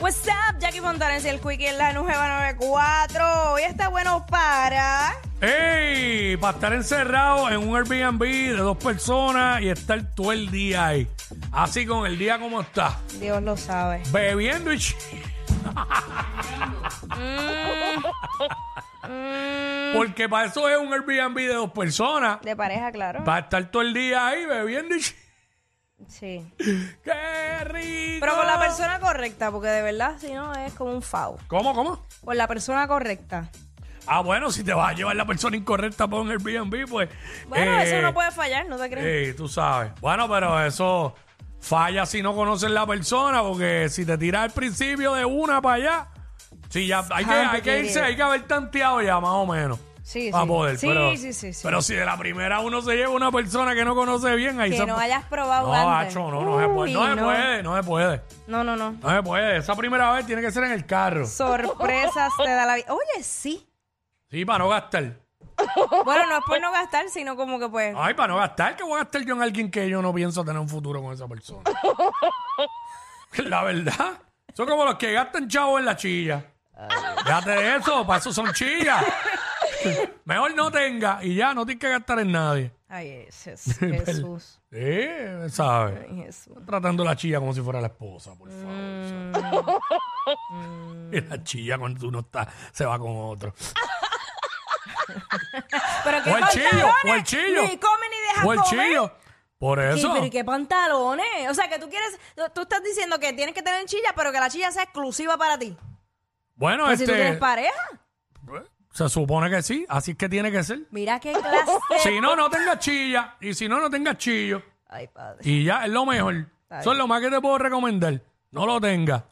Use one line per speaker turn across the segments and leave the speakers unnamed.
What's up, Jackie Fontanes y el Quickie en la nueva 94. Hoy está bueno para.
¡Ey! Para estar encerrado en un Airbnb de dos personas y estar todo el día ahí. Así con el día como está.
Dios lo sabe.
Bebiendo y... chi-
Mm.
Porque para eso es un Airbnb de dos personas.
De pareja, claro.
Para estar todo el día ahí bebiendo y... chi-
Sí.
¡Qué rico!
Pero con la persona correcta, porque de verdad, si no, es como un fao.
¿Cómo, cómo?
Con la persona correcta.
Ah, bueno, si te vas a llevar la persona incorrecta para un Airbnb, pues...
Bueno,
eh,
eso no puede fallar, ¿no te crees?
Sí, tú sabes. Bueno, pero eso falla si no conoces la persona, porque si te tiras al principio de una para allá, sí, ya hay que, hay que irse, hay que haber tanteado ya, más o menos.
Sí,
para
sí.
Ah, poder,
Sí,
pero,
sí, sí, sí.
Pero si de la primera uno se lleva una persona que no conoce bien, ahí
Que
se-
no hayas probado
No,
antes.
hacho, no, no se puede.
Uy,
No se
no.
puede, no se puede.
No, no, no.
No se puede. Esa primera vez tiene que ser en el carro.
Sorpresas te da la vida. Oye, sí.
Sí, para no gastar.
Bueno, no es por no gastar, sino como que pues.
Ay, para no gastar, que voy a gastar yo en alguien que yo no pienso tener un futuro con esa persona. la verdad. Son como los que gastan chavos en la chilla. Déjate de eso, para eso son chillas. Mejor no tenga y ya, no tienes que gastar en nadie.
Ay, Jesús. Jesús.
Sí, ¿sabes?
Ay, Jesús.
Tratando la chilla como si fuera la esposa, por favor. ¿sabes? La chilla cuando uno está, se va con otro.
Pero qué
O el chillo, o el
pantalones.
chillo.
Ni come ni deja
O el
comer.
chillo. Por
Sí,
eso.
pero ¿y qué pantalones? O sea, que tú quieres, tú estás diciendo que tienes que tener chilla, pero que la chilla sea exclusiva para ti.
Bueno,
Pues si tú
este.
tienes pareja,
Se supone que sí, así es que tiene que ser.
mira qué clase.
Si no, no tengas chilla. Y si no, no tengas chillo.
Ay, padre.
Y ya es lo mejor.
Está
Eso es lo más que te puedo recomendar. No lo tengas.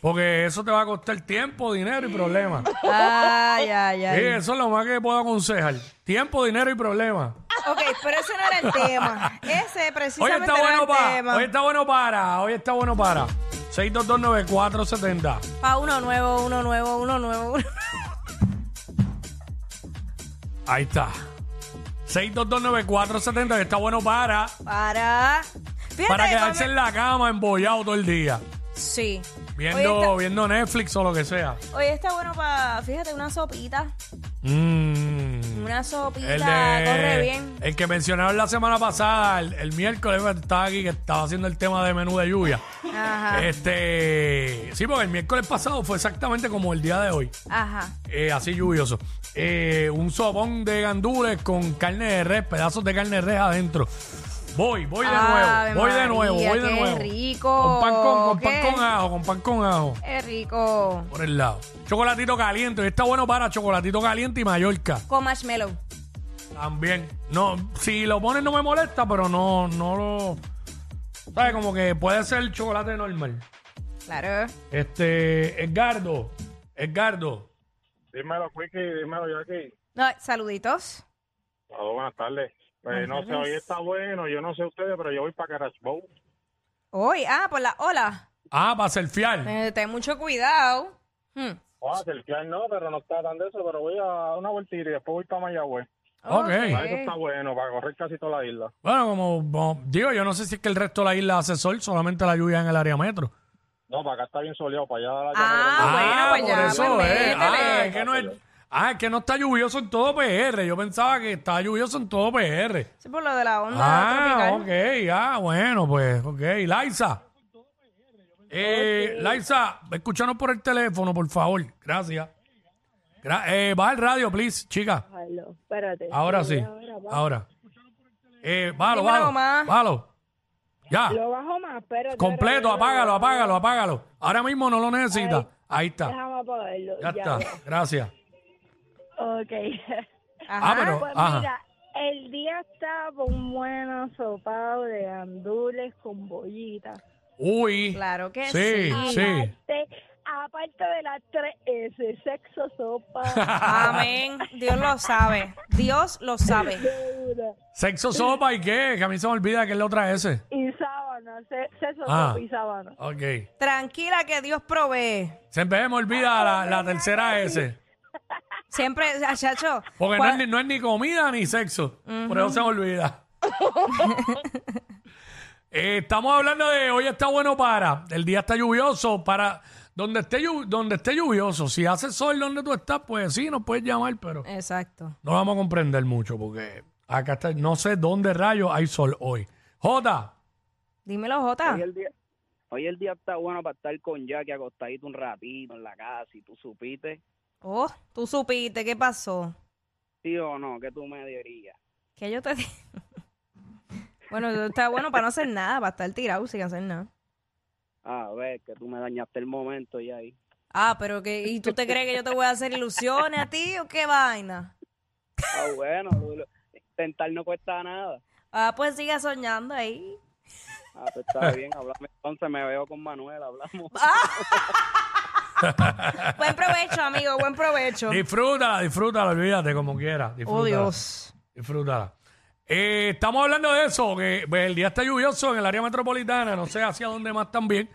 Porque eso te va a costar tiempo, dinero y problemas. Sí,
Ay, ay, ay.
eso es lo más que puedo aconsejar. Tiempo, dinero y problemas.
Ok, pero ese no era el tema. Ese
Hoy
precisamente
está
no era
bueno
el tema.
para. Hoy está bueno para. Hoy está bueno para. 6229470.
Pa' uno nuevo, uno nuevo, uno nuevo. uno-
Ahí está. 6229470 que está bueno para.
Para. Fíjate,
Para
mami-
quedarse en la cama embollado todo el día.
Sí.
Viendo,
Hoy
viendo Netflix o lo que sea.
está, hoy está bueno para, fíjate, una sopita.
Mm.
Una sopita
El
corre
de,
bien.
el que mencionaron la semana pasada, el, el miércoles cuando estaba aquí que estaba haciendo el tema de menú de lluvia.
Ajá.
Este, sí, porque el miércoles pasado fue exactamente como el día de hoy,
Ajá.
Eh, así lluvioso. Eh, un sopón de gandules con carne de res, pedazos de carne de res adentro. Voy, voy de
Ave
nuevo, voy de nuevo,
María,
voy de
qué
nuevo.
rico,
Con pan con, con pan
qué-
con ajo, con pan con ajo.
Qué rico.
Por el lado. Chocolatito caliente. hoy Está bueno para chocolatito caliente y Mallorca.
Con marshmallow.
También. No, si lo pones no me molesta, pero no, no lo. ¿Sabes? Como que puede ser chocolate normal.
Claro.
Este, Edgardo, Edgardo.
Dímelo, Quickie, dímelo, Jackie.
No, saluditos.
Saludos, buenas tardes. Eh, no sé, hoy está bueno, yo no sé ustedes, pero yo voy para Carachbow.
Hoy, ah, por la ola.
Ah, para surfear.
Eh, ten mucho cuidado. Hmm.
Ah, Celestial no, pero no está tan de eso, pero voy a una vueltita y después voy para Mayagüez.
Ok.
Ah, Eso está bueno, para correr casi toda la isla.
Bueno, como, como- digo, yo no sé si es que el resto de la isla hace sol, solamente la lluvia en el área metro.
No, para acá está bien soleado, para allá... la
Ah, bueno, pues ya, pues
es. Ah,
métele.
es que no es, ah, es que no está lluvioso en todo PR. Yo pensaba que estaba lluvioso en todo PR.
Sí, por lo de la onda
Ah,
tropical.
ok, ah, bueno, pues, ok. Laisa. Eh, Laisa, escúchanos por el teléfono, por favor. Gracias. Gra- eh, baja el radio, please, chica.
Aló, espérate.
Ahora sí. Ahora. Eh, bájalo,
Dímelo,
bájalo.
mamá.
Bájalo. Ya.
Lo bajo más, espérate.
Completo,
espérate,
apágalo, apágalo, apágalo. Ahora mismo no lo necesita. Ahí está.
Déjame apagarlo.
Ya está. Gracias.
Ok.
Ah,
Ajá.
pero,
Pues
ajá.
mira, El día estaba un buen sopado de andules con bollitas.
Uy.
Claro que
Sí,
sí.
sí.
Aparte, aparte de las tres S, sexo, sopa,
Amén. Dios lo sabe. Dios lo sabe.
deuda
Sexo, sopa y qué, que a mí se me olvida que es la otra S.
y sábana, se- sexo,
Ah.
sopa y sábana.
Ok.
Tranquila que Dios provee.
Siempre me olvida la, la tercera S.
Siempre, chacho.
Porque no es,
cuan-
ni, no es ni comida ni sexo. Por eso se me olvida. Eh, estamos hablando de hoy está bueno para, el día está lluvioso, para donde esté, llu- donde esté lluvioso. Si hace sol donde tú estás, pues sí, nos puedes llamar, pero
Exacto.
no vamos a comprender mucho porque acá está, no sé dónde rayos hay sol hoy. Jota,
Dímelo, Jota.
Hoy el día, hoy el día está bueno para estar con Jackie acostadito un ratito en la casa, si tú supiste,
Oh, tú supiste qué pasó.
sí o no, que tú me dirías.
Que yo te di- Bueno, eso está bueno para no hacer nada, para estar tirado sin hacer nada.
A ver, que tú me dañaste el momento y ahí.
Ah, pero que ¿y tú te crees que yo te voy a hacer ilusiones a ti o qué vaina?
Ah, bueno, lo- lo- intentar no cuesta nada.
Ah, pues siga soñando ahí.
Ah, pues está bien, hablame entonces, me veo con Manuel, hablamos.
Buen provecho, amigo, buen provecho.
disfrútala, disfrútala, olvídate como quieras.
Oh,
disfrútala.
Dios.
Disfrútala. Eh, estamos hablando de eso, que pues, el día está lluvioso en el área metropolitana, no sé hacia dónde más también.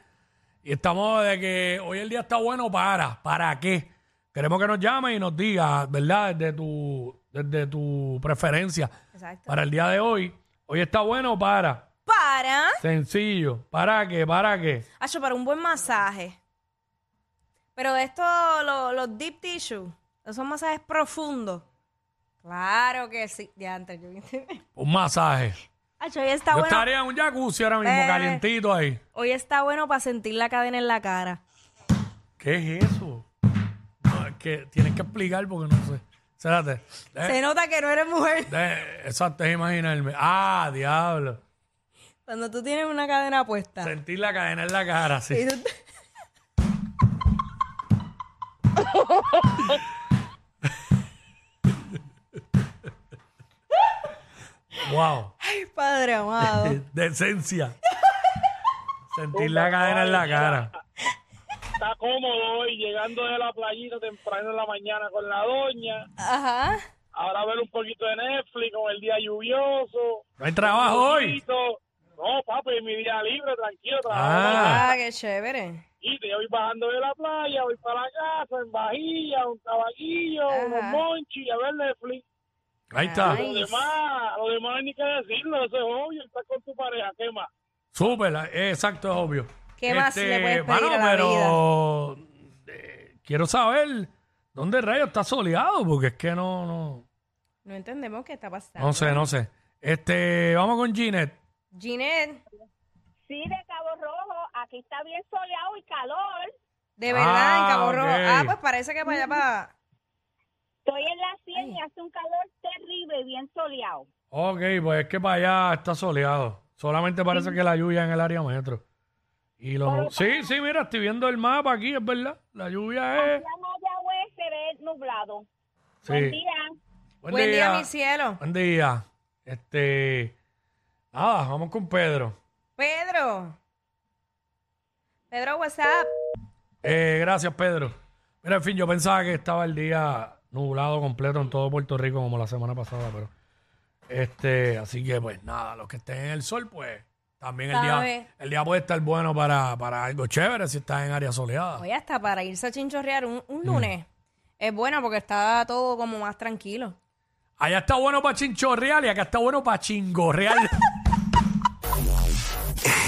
Y estamos de que hoy el día está bueno para, ¿para qué? Queremos que nos llame y nos diga, ¿verdad? Desde tu, desde tu preferencia
Exacto.
para el día de hoy. Hoy está bueno para,
Para.
sencillo, ¿para qué? ¿Para qué?
Hacho, para un buen masaje. Pero de esto, lo- los deep tissue, esos masajes profundos. Claro que sí. Ya antes yo
Un masaje.
Hacho, hoy está
Yo
bueno.
estaría en un jacuzzi ahora mismo,
Eh.
calientito ahí.
Hoy está bueno para sentir la cadena en la cara.
¿Qué es eso? No, es que tienes que explicar porque no sé. Espérate. Eh,
Se nota que no eres mujer.
De- exacto, es imaginarme. Ah, diablo.
Cuando tú tienes una cadena puesta.
Sentir la cadena en la cara,
Y
sí.
tú te-
Wow.
Ay, padre amado.
Decencia. Sentir la cadena en la cara.
Está cómodo hoy, llegando de la playita temprano en la mañana con la doña.
Ajá.
Ahora ver un poquito de Netflix con el día lluvioso.
No hay trabajo Ah, hoy.
No, papi, mi día libre, tranquilo, trabajo.
Ah,
Ah, qué chévere.
Y te voy bajando de la playa, voy para la casa, en vajilla, un tabaquillo,
Ajá.
unos monchis, a ver Netflix.
ahí está.
Ay.
Lo demás, lo demás hay ni que decirlo, eso es obvio, estás con tu pareja, ¿qué más?
Súper, eh, exacto, es obvio.
¿Qué más le puedes pedir
mano,
a la
pero eh, quiero saber dónde rayo está soleado, porque es que no, no,
No entendemos qué está pasando.
no sé, no sé. Este, vamos con Ginette.
Ginette,
Sí, de Cabo Rojo, aquí está bien soleado y calor.
de verdad, en
Ah,
Cabo Rojo.
ok.
Ah, pues parece que para allá para.
Estoy en la sien y hace un calor terrible, bien soleado.
Ok, pues es que para allá está soleado. Solamente parece que la lluvia en el área metro. Y los... Sí, sí, mira, estoy viendo el mapa aquí, es verdad. La lluvia es...
La Mayagüez se ve nublado. Buen
Sí.
día.
Buen, día, mi cielo.
Buen día. Este... Nada, vamos con Pedro.
Pedro. Pedro, WhatsApp.
Eh, gracias, Pedro. Mira, en fin, yo pensaba que estaba el día nublado completo en todo Puerto Rico como la semana pasada, pero... Este, así que pues nada, los que estén en el sol, pues también el
Sabe.
día, el día puede estar bueno para, para algo chévere si estás en área soleada.
Oye, hasta para irse a chinchorrear un, un lunes. Es bueno porque está todo como más tranquilo.
Allá está bueno para chinchorreal y acá está bueno para chingorreal.